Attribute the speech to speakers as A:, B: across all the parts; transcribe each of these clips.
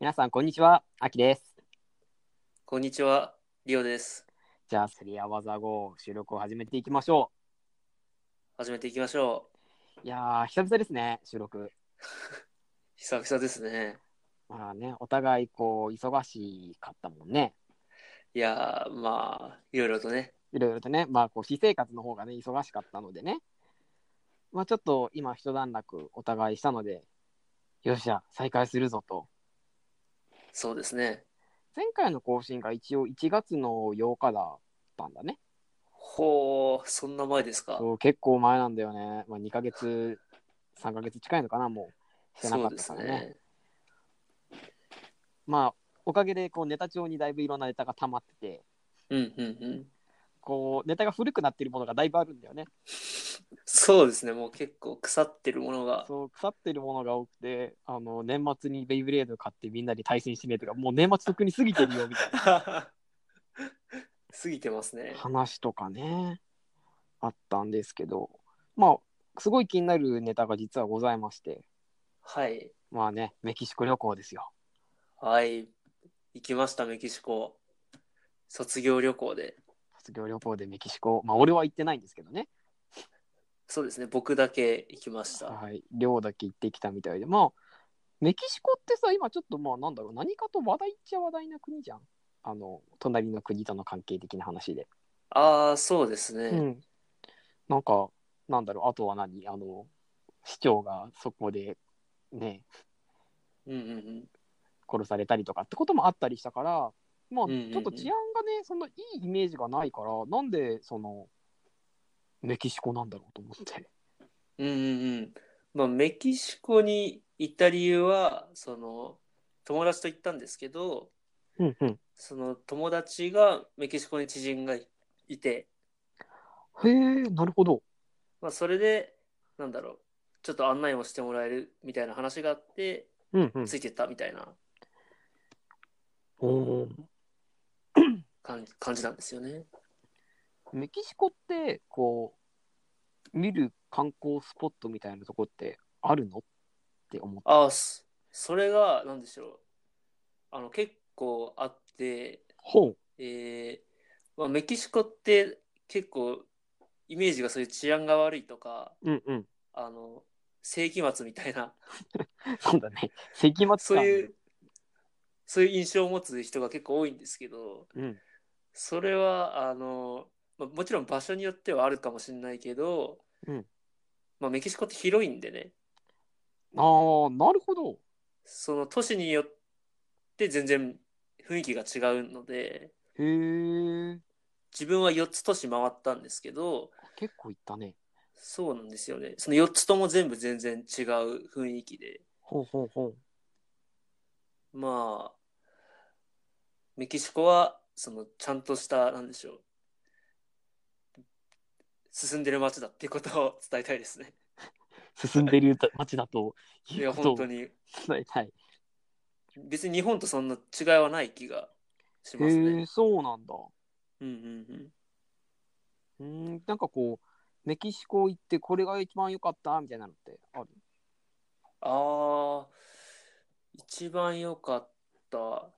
A: 皆さん、こんにちは。あきです。
B: こんにちは、リオです。
A: じゃあ、スリアワザ号収録を始めていきましょ
B: 始めていきましょう。
A: う。いやー、久々ですね、収録。
B: 久々ですね。
A: まあね、お互い、こう、忙しかったもんね。
B: いやー、まあ、いろいろとね。
A: いろいろとね、まあ、こう、私生活の方がね、忙しかったのでね。まあ、ちょっと今、一段落お互いしたので、よっしゃ、再開するぞと。
B: そうですね。
A: 前回の更新が一応1月の8日だったんだね。
B: ほー、そんな前ですか。
A: そう結構前なんだよね。まあ、2ヶ月、3ヶ月近いのかな、もう。してな
B: そ
A: か
B: う
A: っ
B: で
A: た
B: す
A: からね
B: ね。
A: まあおかげでこうネタ帳にだいぶいろんなネタが溜まってて
B: うんうんうん。
A: こうネタが古くなってるものがだいぶあるんだよね
B: そうですね。もう結構腐ってるものが。
A: そう腐ってるものが多くてあの年末にベイブレード買ってみんなに対戦してねとかもう年末特に過ぎてるよみたい
B: 過ぎてますね
A: な。話とかねあったんですけどまあすごい気になるネタが実はございまして
B: はい。
A: まあねメキシコ旅行ですよ
B: はい。行きました、メキシコ。卒業旅行で。
A: 卒業旅行でメキシコまあ俺は行ってないんですけどね
B: そうですね。僕だけ行きました。
A: はい、寮だけ行ってきたみたいで、まあ、メキシコってさ、今ちょっとまあ、なんだろう、何かと話題っちゃ話題な国じゃん。あの、隣の国との関係的な話で。
B: ああ、そうですね。
A: うん。なんか、なんだろう、あとは何あの、市長がそこで、ね、
B: うんうん
A: 殺されたりとかってこともあったりしたから、まあ、
B: うんうんうん
A: ちょっと治安がね、そんないいイメージがないから、なんで、その、メキシコなんだろうと思って。
B: うん。うんうんうん。まあ、メキシコに行った理由は、その、友達と行ったんですけど、
A: うんうん。
B: その友達がメキシコに知人がいて、
A: へえ、なるほど。
B: まあ、それで、なんだろう、ちょっと案内もしてもらえるみたいな話があって、
A: うんうん
B: つ。いてったみたいな
A: おー
B: 感じ感じなんですよね。
A: メキシコってこう見る観光スポットみたいなとこってあるのって思った。
B: ああ、そそれが、なんでしょう。あの、結構あって、
A: ほう。
B: えーまあ、メキシコって結構イメージがそういう治安が悪いとか
A: うんうん。
B: あの世紀末みたいな
A: そうだね。 関末感。
B: そういうそういう印象を持つ人が結構多いんですけど
A: うん。
B: それはあの、まあ、もちろん場所によってはあるかもしれないけど、
A: うん
B: まあ、メキシコって広いんでね
A: ああ、なるほど。
B: その都市によって全然雰囲気が違うので
A: へえ。
B: 自分は4つ都市回ったんですけど、
A: 結構行ったね。
B: そうなんですよね。その4つとも全部全然違う雰囲気で。
A: ほうほうほう。
B: まあ、メキシコは、その、ちゃんとした、なんでしょう。進んでる街だっていうことを伝えたいですね。
A: 進んでる街だと
B: い
A: いう
B: や、
A: こと
B: 本
A: を
B: 当
A: 伝
B: に。
A: えたい。
B: 別に日本とそんな違いはない気がします
A: へ
B: ね。
A: え、そうなんだ。
B: うんうん
A: うーん、なんかこう、メキシコ行ってこれが一番良かったみたいなのってある。
B: うん。ああ、一番良かった。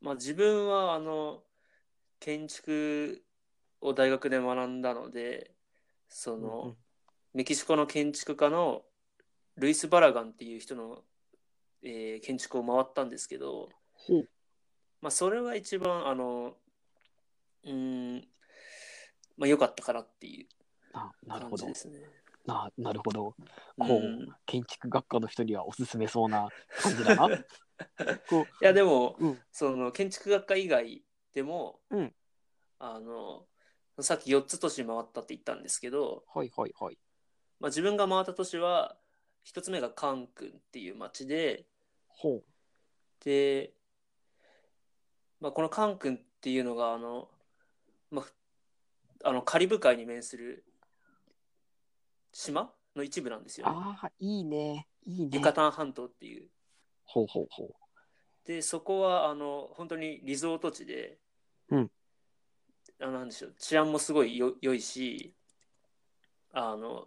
B: まあ自分は、あの、建築を大学で学んだので、その、
A: うんうん
B: メキシコの建築家のルイス・バラガンっていう人の、えー建築を回ったんですけど、
A: ほう。
B: まあ、それは一番あのうーんまあ良かったかなっていう
A: あ、なる
B: 感
A: ほ
B: じ
A: ど。
B: ですね。
A: ななるほど。ほうん
B: い
A: 建築学科の人にはおすすめそうな感 じだな。こ
B: やでも
A: う、うん、
B: その建築学科以外でも、
A: うん
B: あのさっき4つ都市回ったって言ったんですけど、
A: はいはいはい。
B: まあ、自分が回った都市は1つ目がカン君っていう町で
A: ほ
B: で、まあ、このカン君っていうのがあの、まあふ、あのカリブ海に面する島の一部なんです
A: う。
B: よ、ね、
A: ああ、いいね。いいね
B: ユ。カタン半島っていう
A: ほうほうほう。
B: でそこはあの本当にリゾート地で、
A: うん
B: あのなんでしょう治安もすごいよ良いしあの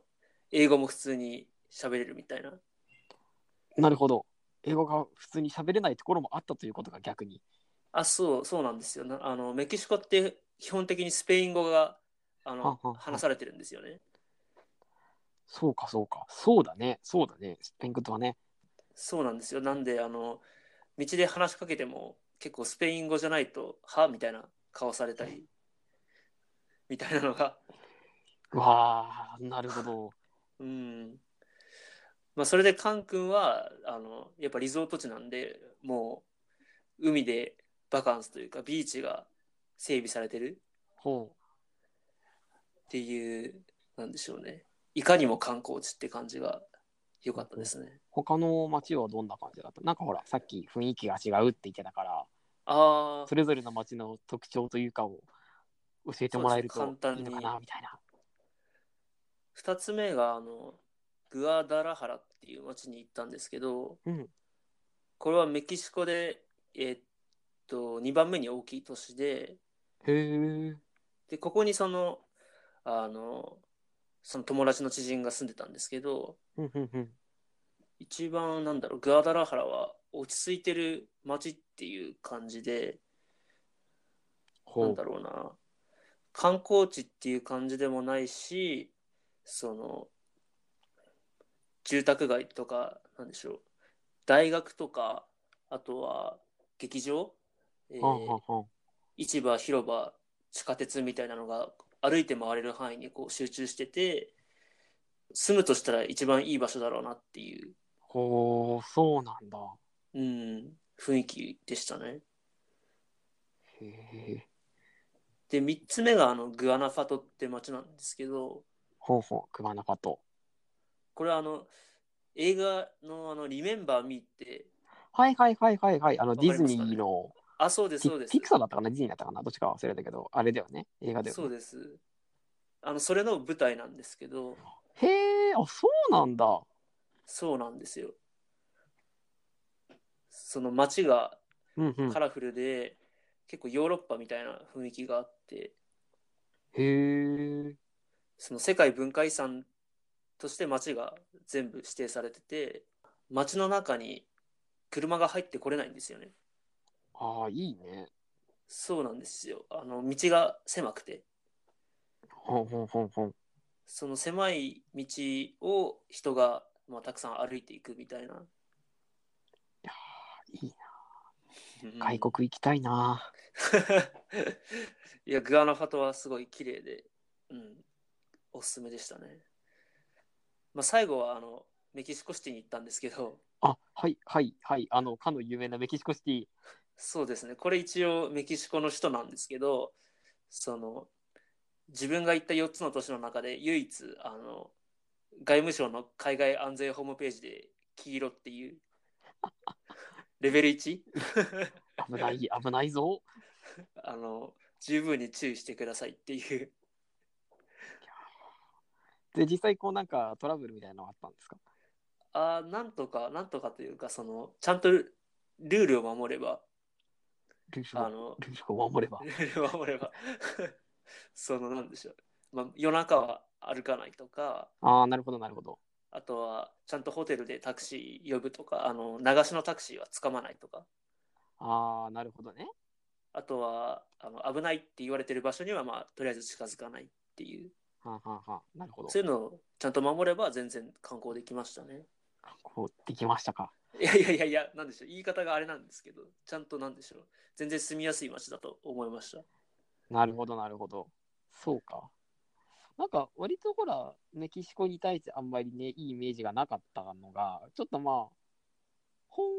B: 英語も普通に喋れるみたいな
A: なるほど。英語が普通に喋れないところもあったということが逆に。
B: あ、そう、そうなんですよ。なあの、メキシコって基本的にスペイン語が、あ
A: は
B: の
A: は、は
B: 話されてるんですよね。
A: そうか、そうか。そうだね。そうだね。スペイン語とはね。
B: そうなんですよ。なんで、あの、道で話しかけても、結構スペイン語じゃないと、はみたいな顔されたり、みたいなのが、
A: うわー、なるほど。
B: うん。まあ、それで、カン君は、あの、やっぱリゾート地なんで、もう、海でバカンスというか、ビーチが整備されてる
A: ほ
B: っていう、なんでしょうね。いかにも観光地って感じが良かったですね。
A: う。他の街はどんな感じだったなんかほら、さっき雰囲気が違うって言ってたから、
B: ああ
A: そ、れぞれの街の特徴というかを教えてもらえると
B: そうですね簡単
A: いい
B: に
A: のかな、みたいな。
B: 二つ目が、あの、グアダラハラっていう街に行ったんですけど、
A: うん
B: これはメキシコで、えーっと、2番目に大きい都市で、
A: へえ。
B: で、ここにその、あの、その友達の知人が住んでたんですけど、
A: うんうんうん。
B: 一番なんだろう、グアダラハラは落ち着いてる街っていう感じで、
A: ほ
B: なん
A: う
B: だ。ろうな、観光地っていう感じでもないし、その、住宅街とか、なんでしょう、大学とか、あとは劇場、えー
A: はんはんはん
B: 市場、広場、地下鉄みたいなのが歩いて回れる範囲にこう集中してて、住むとしたら一番いい場所だろうなっていう、
A: ほう、そうなんだ。
B: うん、雰囲気でしたね。
A: へえ。
B: で、3つ目があのグアナファトって街なんですけど、
A: ほうほう、熊中と。
B: これはあの映画のあの「リメンバー・ミー」って
A: はいはいはいはいはい。あの、
B: か
A: デ
B: り
A: ィ
B: ます
A: ズ
B: かね
A: ニーの、
B: あそうです
A: ピ
B: そうです
A: ピクサーだったかなディズニーだったかなどっちか忘れたけど、あれだよね。映画だよ
B: そう
A: ね。
B: ですあのそれの舞台なんですけど
A: へえ、あ、そうなんだ。
B: そうなんですよその街が
A: うんうん
B: カ。ラフルで、結構ヨーロッパみたいな雰囲気があって
A: へえ。
B: その世界文化遺産として街が全部指定されてて街の中に車が入ってこれないんですよね
A: ああ、いいね。
B: そうなんですよあの道が狭くて
A: ほんほんほんほん。
B: その狭い道を人が、まあ、たくさん歩いていくみたいな。
A: いいな。外国行きたいな。
B: うん。 いや、グアナファトはすごい綺麗で、うん、おすすめでしたね。まあ、最後はあのメキシコシティに行ったんですけど、
A: あ、はいはいはい。あの、かの有名なメキシコシティ。
B: そうですね、これ一応メキシコの首都なんですけど、その自分が行った4つの都市の中で唯一あの外務省の海外安全ホームページで黄色っていうレベル 1?
A: 危 ない、危ないぞ。
B: あの十分に注意してくださいっていう
A: で、実際こうなんかトラブルみたいなのはあったんですか
B: あーなんとかなんとかというかそのちゃんとルールを守れば
A: ルール
B: あ
A: を、
B: の
A: ルールを守れば。
B: ルールを守れば そのなんでしょう、まあ、夜中は歩かないとか
A: ああ、なるほどなるほど。
B: あとはちゃんとホテルでタクシー呼ぶとかあの流しのタクシーはつかまないとか
A: ああ、なるほどね。
B: あとはあの危ないって言われてる場所には、まあ、とりあえず近づかないっていう
A: はあ、はあはあ、なるほど。
B: そういうのをちゃんと守れば全然観光できましたね。
A: こう、できましたか。
B: いやいやいやいや、なんでしょう。言い方があれなんですけど、ちゃんとなんでしょう。全然住みやすい街だと思いました。
A: なるほど、なるほど。そうか。なんか、割とほら、メキシコに対してあんまりね、いいイメージがなかったのが、ちょっとまあ、ほん、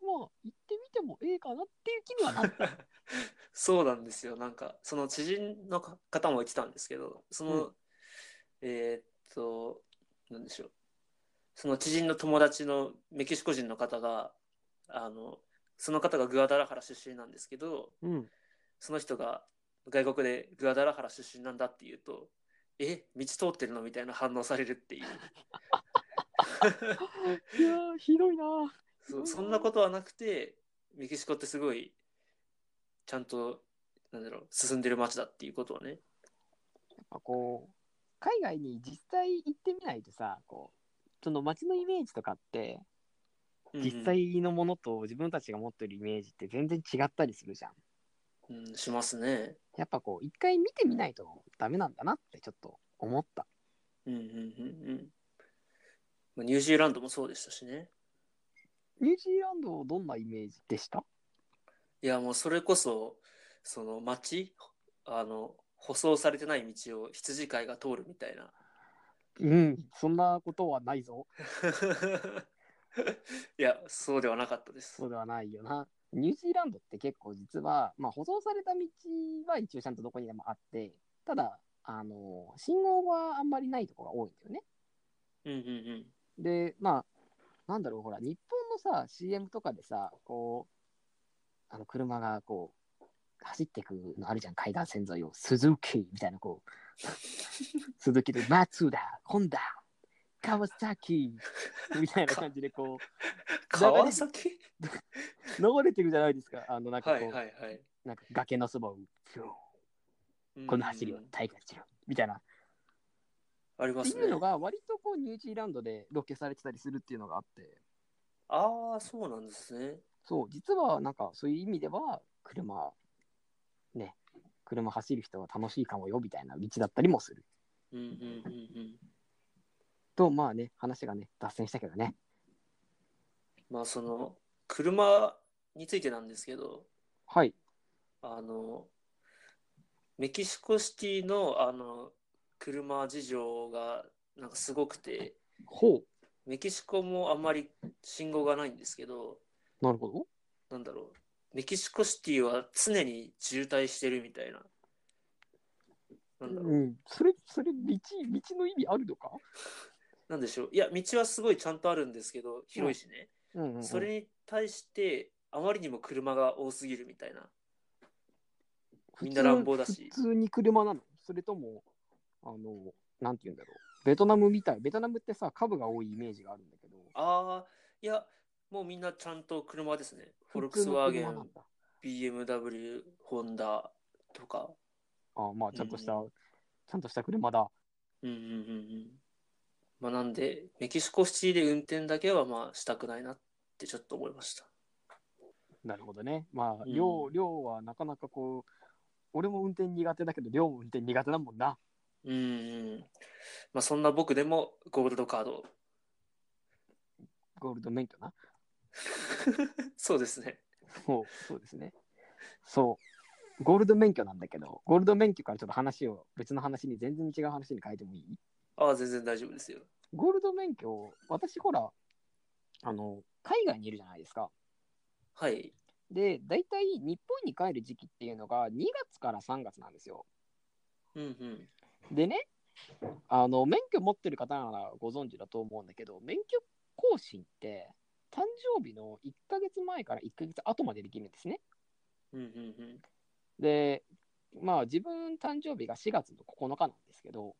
A: まあ、行ってみてもええかなっていう気にはなった。
B: そうなんですよ。なんか、その知人のか方も言ってたんですけど、その、
A: う
B: えーっと、なんでしょう。その知人の友達のメキシコ人の方が、あの、その方がグアダラハラ出身なんですけど、
A: うん。
B: その人が外国でグアダラハラ出身なんだって言うと、え、道通ってるのみたいな反応されるっていう。
A: いやー、ひどいなー。
B: そうそんなことはなくてメキシコってすごいちゃんとなんだろう進んでる街だっていうことをね
A: やっぱこう、海外に実際行ってみないとさ、こう、その街のイメージとかって、
B: うん
A: 実際のものと自分たちが持ってるイメージって全然違ったりするじゃん。
B: うん、しますね。
A: やっぱこう、一回見てみないとダメなんだなってちょっと思った。
B: うんうんうんうんまあ。ニュージーランドもそうでしたしね。
A: ニュージーランドどんなイメージでした
B: いや、もうそれこそ、その街、あの、舗装されてない道を羊飼いが通るみたいな。
A: うん、そんなことはないぞ。
B: いや、そうではなかったです
A: そう。ではないよな。ニュージーランドって結構実は、まあ、舗装された道は一応ちゃんとどこにでもあって、ただ、あの、信号はあんまりないとこが多いんだよね。
B: うんうんうん。
A: で、まあ、なんだろう、ほら、日本のさ、CM とかでさ、こう、あの、車がこう、走ってくのあるじゃん、階段線沿いを、スズキみたいな、こ う、スズキで、マツダ、ホンダ、川崎みたいな感じで、こ
B: 川崎
A: う、流れてるじゃないですか、あの、なんか
B: は
A: こ、
B: いうはいはい。
A: なんか崖のそばを、ピュー
B: うん
A: この走りを大会しろ、みたいな。
B: ありま
A: って
B: す
A: いう
B: ね
A: の。が、割とこう、ニュージーランドでロケされてたりするっていうのがあって、
B: ああ、そうなんですね。
A: そう、実はなんかそういう意味では、車、ね、車走る人は楽しいかもよみたいな道だったりもする。
B: うんうんうんうん。
A: と、まあね、話がね、脱線したけどね。
B: まあその車についてなんですけど
A: はい。
B: あのメキシコシティのあの車事情がなんかすごくて
A: ほう。
B: メキシコもあんまり信号がないんですけど
A: なるほど。
B: なんだろうメキシコシティは常に渋滞してるみたいななんだろう
A: うん。それ、それ、道、道の意味あるのか
B: なんでしょういや道はすごいちゃんとあるんですけど広いしね、
A: うんうん、うん。
B: それに対してあまりにも車が多すぎるみたいなみんな乱暴だし
A: 普通普通に車なのそれとも、あの、なんて言うんだろう。ベトナムみたい。ベトナムってさ、株が多いイメージがあるんだけど。
B: ああ、いや、もうみんなちゃんと車ですね。フォルク
A: 普
B: ス
A: 通の
B: ワーゲ
A: 車な
B: ン
A: ん、だ
B: BMW、ホンダとか。
A: あまあ、ちゃんとした、
B: う
A: ちゃんとした車だ。
B: うんうんうんうん。まあなんで、メキシコシティで運転だけはまあしたくないなってちょっと思いました。
A: なるほどね。まあ、
B: うん
A: 量、量はなかなかこう、俺も運転苦手だけど、量も運転苦手だもんな。
B: うんうん。まあそんな僕でもゴールドカード。
A: ゴールド免許な。
B: そうですね。
A: そう、そうですね。そう。ゴールド免許なんだけど、ゴールド免許からちょっと話を別の話に全然違う話に変えてもいい
B: ああ、全然大丈夫ですよ。
A: ゴールド免許、私ほら、あの、海外にいるじゃないですか。
B: はい。
A: で、大体日本に帰る時期っていうのが2月から3月なんですよ。
B: うんうん。
A: でね、あの、免許持ってる方ならご存知だと思うんだけど、免許更新って、誕生日の1ヶ月前から1ヶ月後までできるんですね。
B: うんうんうん。
A: で、まあ自分誕生日が4月の9日なんですけど、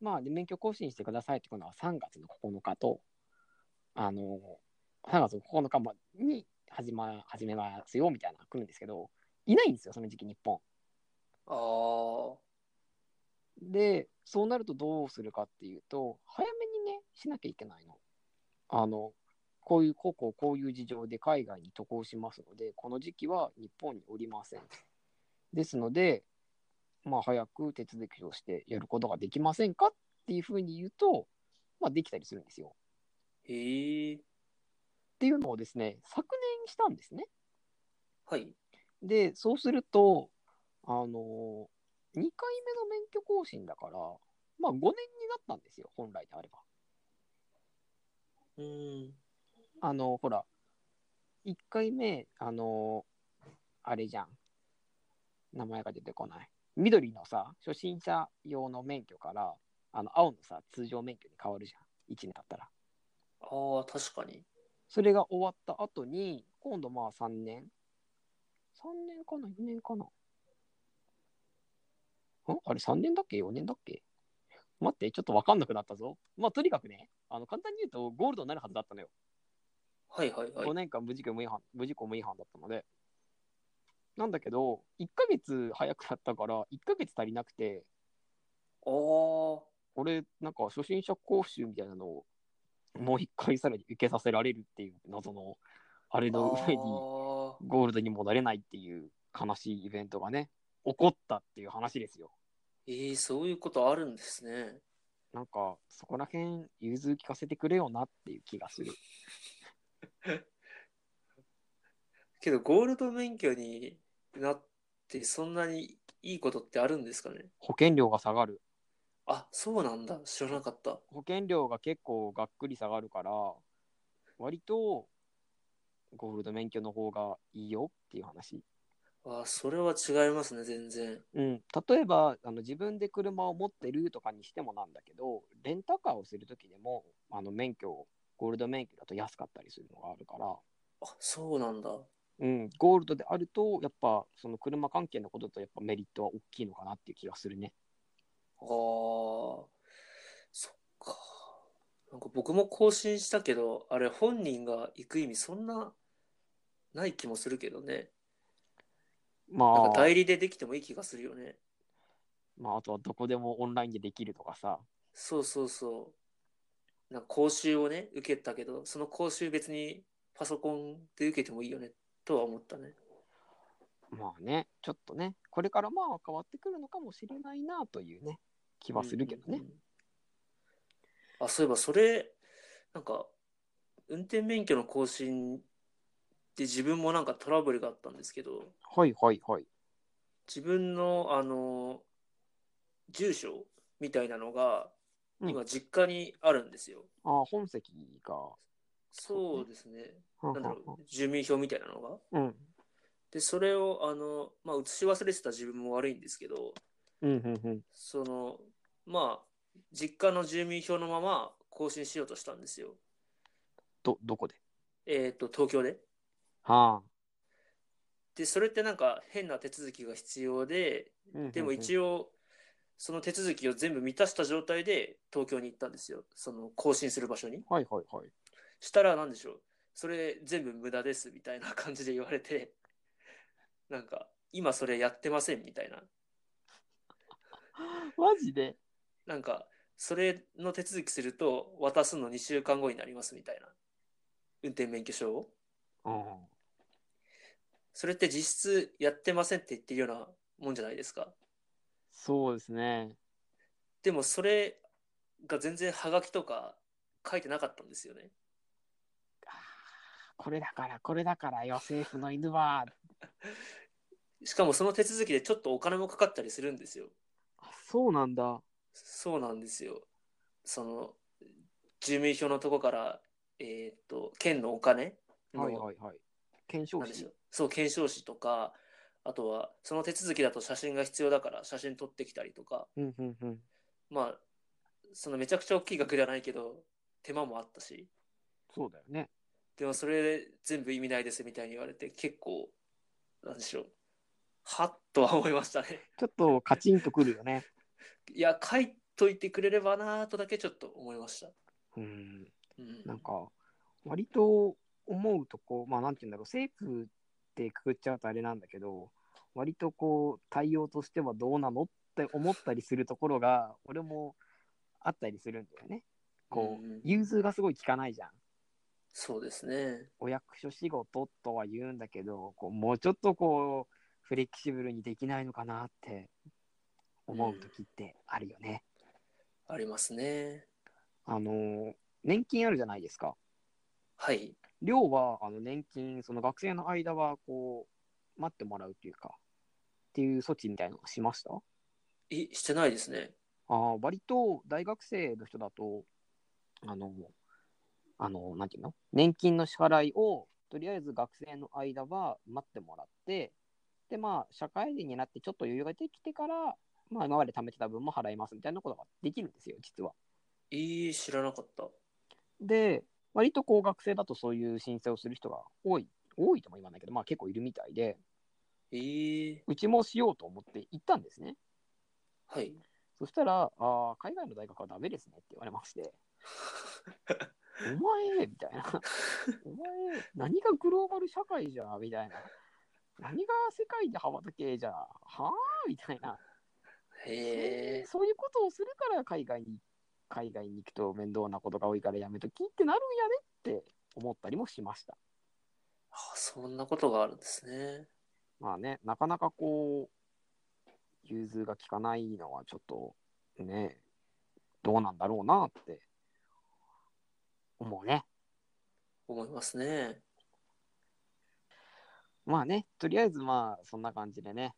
A: まあで免許更新してくださいってことは3月の9日と、あの、3月の9日までに始ま、始めますよみたいなのが来るんですけど、いないんですよ、その時期日本。
B: ああ、
A: で、そうなるとどうするかっていうと、早めにね、しなきゃいけないの。あの、こういう、こうこう、こういう事情で海外に渡航しますので、この時期は日本におりません。ですので、まあ、早く手続きをしてやることができませんかっていうふうに言うと、まあ、できたりするんですよ。っ
B: へえ。
A: ていうのをですね、昨年したんですね。
B: はい。
A: で、そうすると、あのー、2回目の免許更新だから、まあ、5年になったんですよ、本来であれば。
B: うん。
A: あの、ほら、1回目、あの、あれじゃん。名前が出てこない。緑のさ、初心者用の免許から、あの、青のさ、通常免許に変わるじゃん。1年経ったら。
B: ああ、確かに。
A: それが終わった後に、今度まあ3年。3年かな ?4 年かなんあれ3年だっけ ?4 年だっけ待って、ちょっとわかんなくなったぞ。まあ、とにかくね、あの、簡単に言うと、ゴールドになるはずだったのよ。
B: はいはいはい
A: 5。年間無事故無違反、無事故無違反だったので。なんだけど、1ヶ月早くなったから、1ヶ月足りなくて、
B: ああ。
A: 俺、なんか初心者講習みたいなのをもう一回さらに受けさせられるっていう謎のあれの上に
B: あー
A: ゴールドに戻れないっていう悲しいイベントがね起こったっていう話ですよ
B: えー、そういうことあるんですね。
A: なんかそこら辺融通聞かせてくれよなっていう気がする
B: けど、ゴールド免許になって、そんなにいいことってあるんですかね
A: 保険料が下がる
B: あ、そうなんだ。知らなかった。
A: 保険料が結構がっくり下がるから割とゴールド免許の方がいいよっていう話
B: あー、それは違いますね、全然。
A: うん、例えばあの自分で車を持ってるとかにしてもなんだけどレンタカーをする時でもあの免許をゴールド免許だと安かったりするのがあるから、
B: あ、そうなんだ。
A: うん、ゴールドであるとやっぱその車関係のこととやっぱメリットは大きいのかなっていう気がするね。
B: ああ、そっか。なんか僕も更新したけど、あれ本人が行く意味そんなない気もするけどね。なん
A: ま
B: か
A: あ、
B: 代理でできてもいい気がするよね。
A: まあ、あとはどこでもオンラインでできるとかさ、
B: そうそうそう。なんか講習をね、受けたけど、その講習別にパソコンで受けてもいいよね、とは思ったね。
A: まあね、ちょっとね、これからまあ変わってくるのかもしれないなというね、気はするけど
B: う
A: ね
B: ん。うんうん。あ、そういえばそれ、なんか、運転免許の更新で自分もなんかトラブルがあったんですけど、
A: はいはいはい。
B: 自分のあの住所みたいなのが
A: うん
B: 今実家にあるんですよ、
A: ああ、本籍が。
B: そうですね
A: な
B: なんだろう住民票みたいなのが
A: うん。
B: でそれをあのまあ写し忘れてた自分も悪いんですけど
A: うんうんうん。
B: そのまあ実家の住民票のまま更新しようとしたんですよ
A: ど、どこで
B: えっ、と東京で
A: はあ。
B: でそれってなんか変な手続きが必要ででも
A: 応。
B: 一応その手続きを全部満たした状態で東京に行ったんですよその更新する場所に
A: はいはいはい。
B: したら何でしょうそれ全部無駄ですみたいな感じで言われてなんか今それやってませんみたいな
A: マジで
B: なんかそれの手続きすると渡すの2週間後になりますみたいな運転免許証を
A: うん。
B: それって実質やってませんって言ってるようなもんじゃないですか
A: そうですね。
B: でもそれが全然ハガキとか書いてなかったんですよね
A: これだから、これだからよ、政府の犬は。
B: しかもその手続きでちょっとお金もかかったりするんですよ
A: あそうなんだ。
B: そうなんですよ。その住民票のとこから、えーっと県のお金の、
A: はいはいはい。検証
B: なんでし
A: 士
B: ょ。うそう検証士とかあとはその手続きだと写真が必要だから写真撮ってきたりとか
A: うんうんうん。
B: まあそのめちゃくちゃ大きい額ではないけど手間もあったし
A: そうだよね。
B: でもそれ全部意味ないですみたいに言われて結構なんでしょうはっとは思いましたね。
A: ちょっとカチンとくるよね。
B: いや書いといてくれればなぁとだけちょっと思いました。
A: うん。
B: うん、
A: なんか、割と思うとこ、まあなんて言うんだろう、政府ってくくっちゃうとあれなんだけど、割とこう、対応としてはどうなのって思ったりするところが、俺もあったりするんだよね。こ
B: うんうん
A: う、融通がすごい効かないじゃん。
B: そうですね。
A: お役所仕事とは言うんだけど、こうもうちょっとこう、フレキシブルにできないのかなって思う時ってあるよね。
B: ありますね。
A: あの、年金あるじゃないですか。
B: はい。
A: 寮はあの年金、その学生の間はこう、待ってもらうというか、っていう措置みたいなのをしました
B: い、してないですね。
A: ああ、割と大学生の人だと、あの、あの、なんていうの年金の支払いを、とりあえず学生の間は待ってもらって、で、まあ、社会人になってちょっと余裕ができてから、まあ、今まで貯めてた分も払いますみたいなことができるんですよ、実は。
B: いい、知らなかった。
A: で、割とこう学生だとそういう申請をする人が多い、多いとも言わないけど、まあ結構いるみたいで、
B: いい、
A: うちもしようと思って行ったんですね。
B: はい。
A: そしたら、あー海外の大学はダメですねって言われまして、お前みたいな。お前、何がグローバル社会じゃみたいな。何が世界で羽ばたけじゃはあみたいな。
B: へえ、
A: そういうことをするから海外に海外に行くと面倒なことが多いからやめときってなるんやねって思ったりもしました。
B: あそんなことがあるんですね。
A: まあね、なかなかこう、融通が利かないのはちょっとね、どうなんだろうなって思うね。
B: 思いますね。
A: まあね、とりあえずまあそんな感じでね、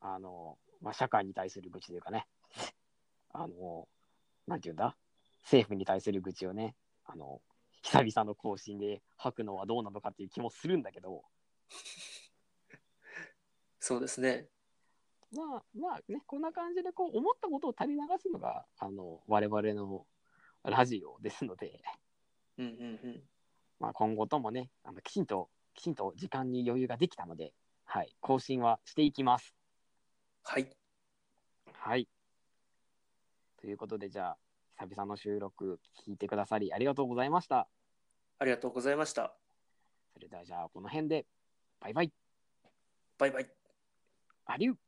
A: あの、まあ、社会に対する愚痴というかね、 あの、なんていうんだ、政府に対する愚痴をね、あの、久々の更新で吐くのはどうなのかっていう気もするんだけど、
B: そうですね。
A: まあまあね、こんな感じでこう思ったことを垂れ流すのが、あの、我々のラジオですので、
B: うんうんうん。
A: まあ、今後ともね、あのきちんと、きちんと時間に余裕ができたので、はい、更新はしていきます。
B: はい。
A: はい。ということで、じゃあ、久々の収録、聞いてくださりありがとうございました。
B: ありがとうございました。
A: それでは、じゃあ、この辺で、バイバイ、
B: バイバイ。
A: アデュー